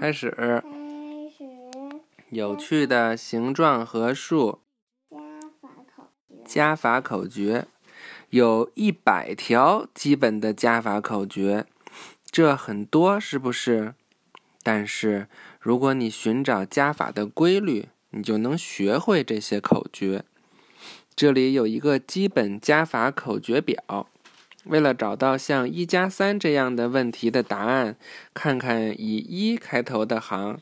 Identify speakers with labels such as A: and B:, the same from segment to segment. A: 开始，
B: 开始
A: 有趣的形状和数
B: 加法口诀，
A: 加法口诀，有一百条基本的加法口诀，这很多是不是？但是如果你寻找加法的规律，你就能学会这些口诀。这里有一个基本加法口诀表，为了找到像一加三这样的问题的答案，看看以一开头的行，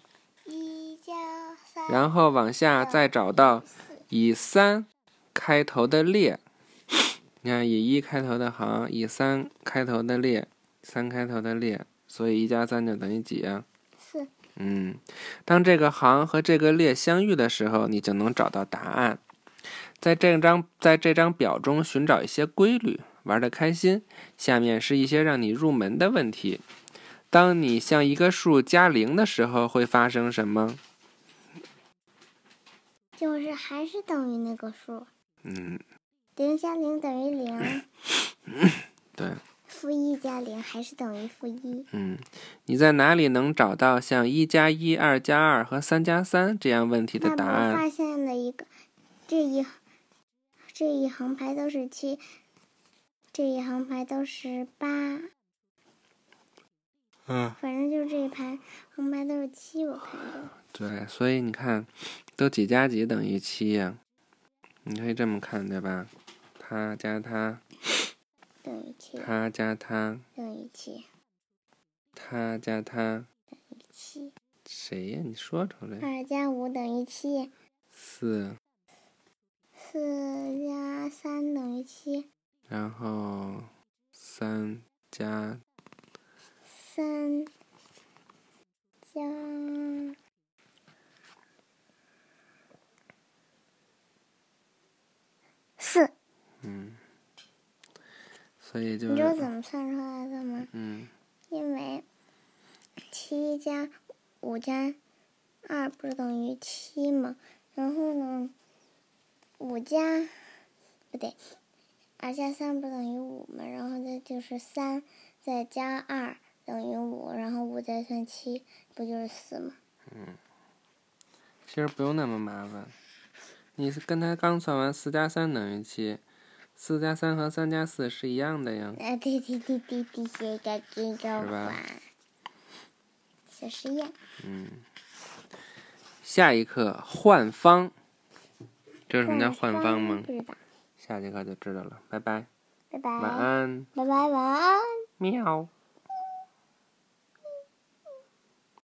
B: 一加三，
A: 然后往下再找到以三开头的列，你看以一开头的行，以三开头的列，三开头的列，所以一加三就等于几啊？
B: 四
A: 嗯，当这个行和这个列相遇的时候，你就能找到答案。在这张在这张表中寻找一些规律，玩的开心。下面是一些让你入门的问题。当你向一个数加零的时候，会发生什么？
B: 就是还是等于那个数，
A: 嗯，
B: 零加零等于零，
A: 对，
B: 负一加零还是等于负一。
A: 嗯，你在哪里能找到像一加一、二加二和三加三这样问题的
B: 那
A: 答
B: 我
A: 案？
B: 发现了一个，这一这一行牌都是七，这一行牌都是八，
A: 嗯，
B: 反正就这一排红牌都是七，我看着。
A: 对，所以你看，都几加几等于七呀、你可以这么看，对吧？它加它，
B: 等于七，
A: 它加它，
B: 等于七，
A: 它加它，
B: 七
A: 谁呀？你说出来。
B: 二加五等于七，
A: 四，
B: 四加三等于七，
A: 然后三加
B: 三加四。
A: 嗯，所以就
B: 你知道怎
A: 是
B: 么算出来的吗？
A: 嗯
B: 因为七加五加二不是等于七吗？然后呢，五加不对，二加三不是等于五吗？然后再就是三再加二等于五，然后五再算七，不就是四吗？
A: 其实不用那么麻烦。你是跟他刚算完四加三等于七，四加三和三加四是一样的呀。
B: 啊，对对对对对，谁敢这个
A: 是吧
B: 话？小实验，
A: 下一课换方，知道什么叫换方吗？
B: 不知道，
A: 下节课就知道了。拜拜，
B: 拜拜，
A: 晚安，
B: 拜拜，晚安。
A: 喵。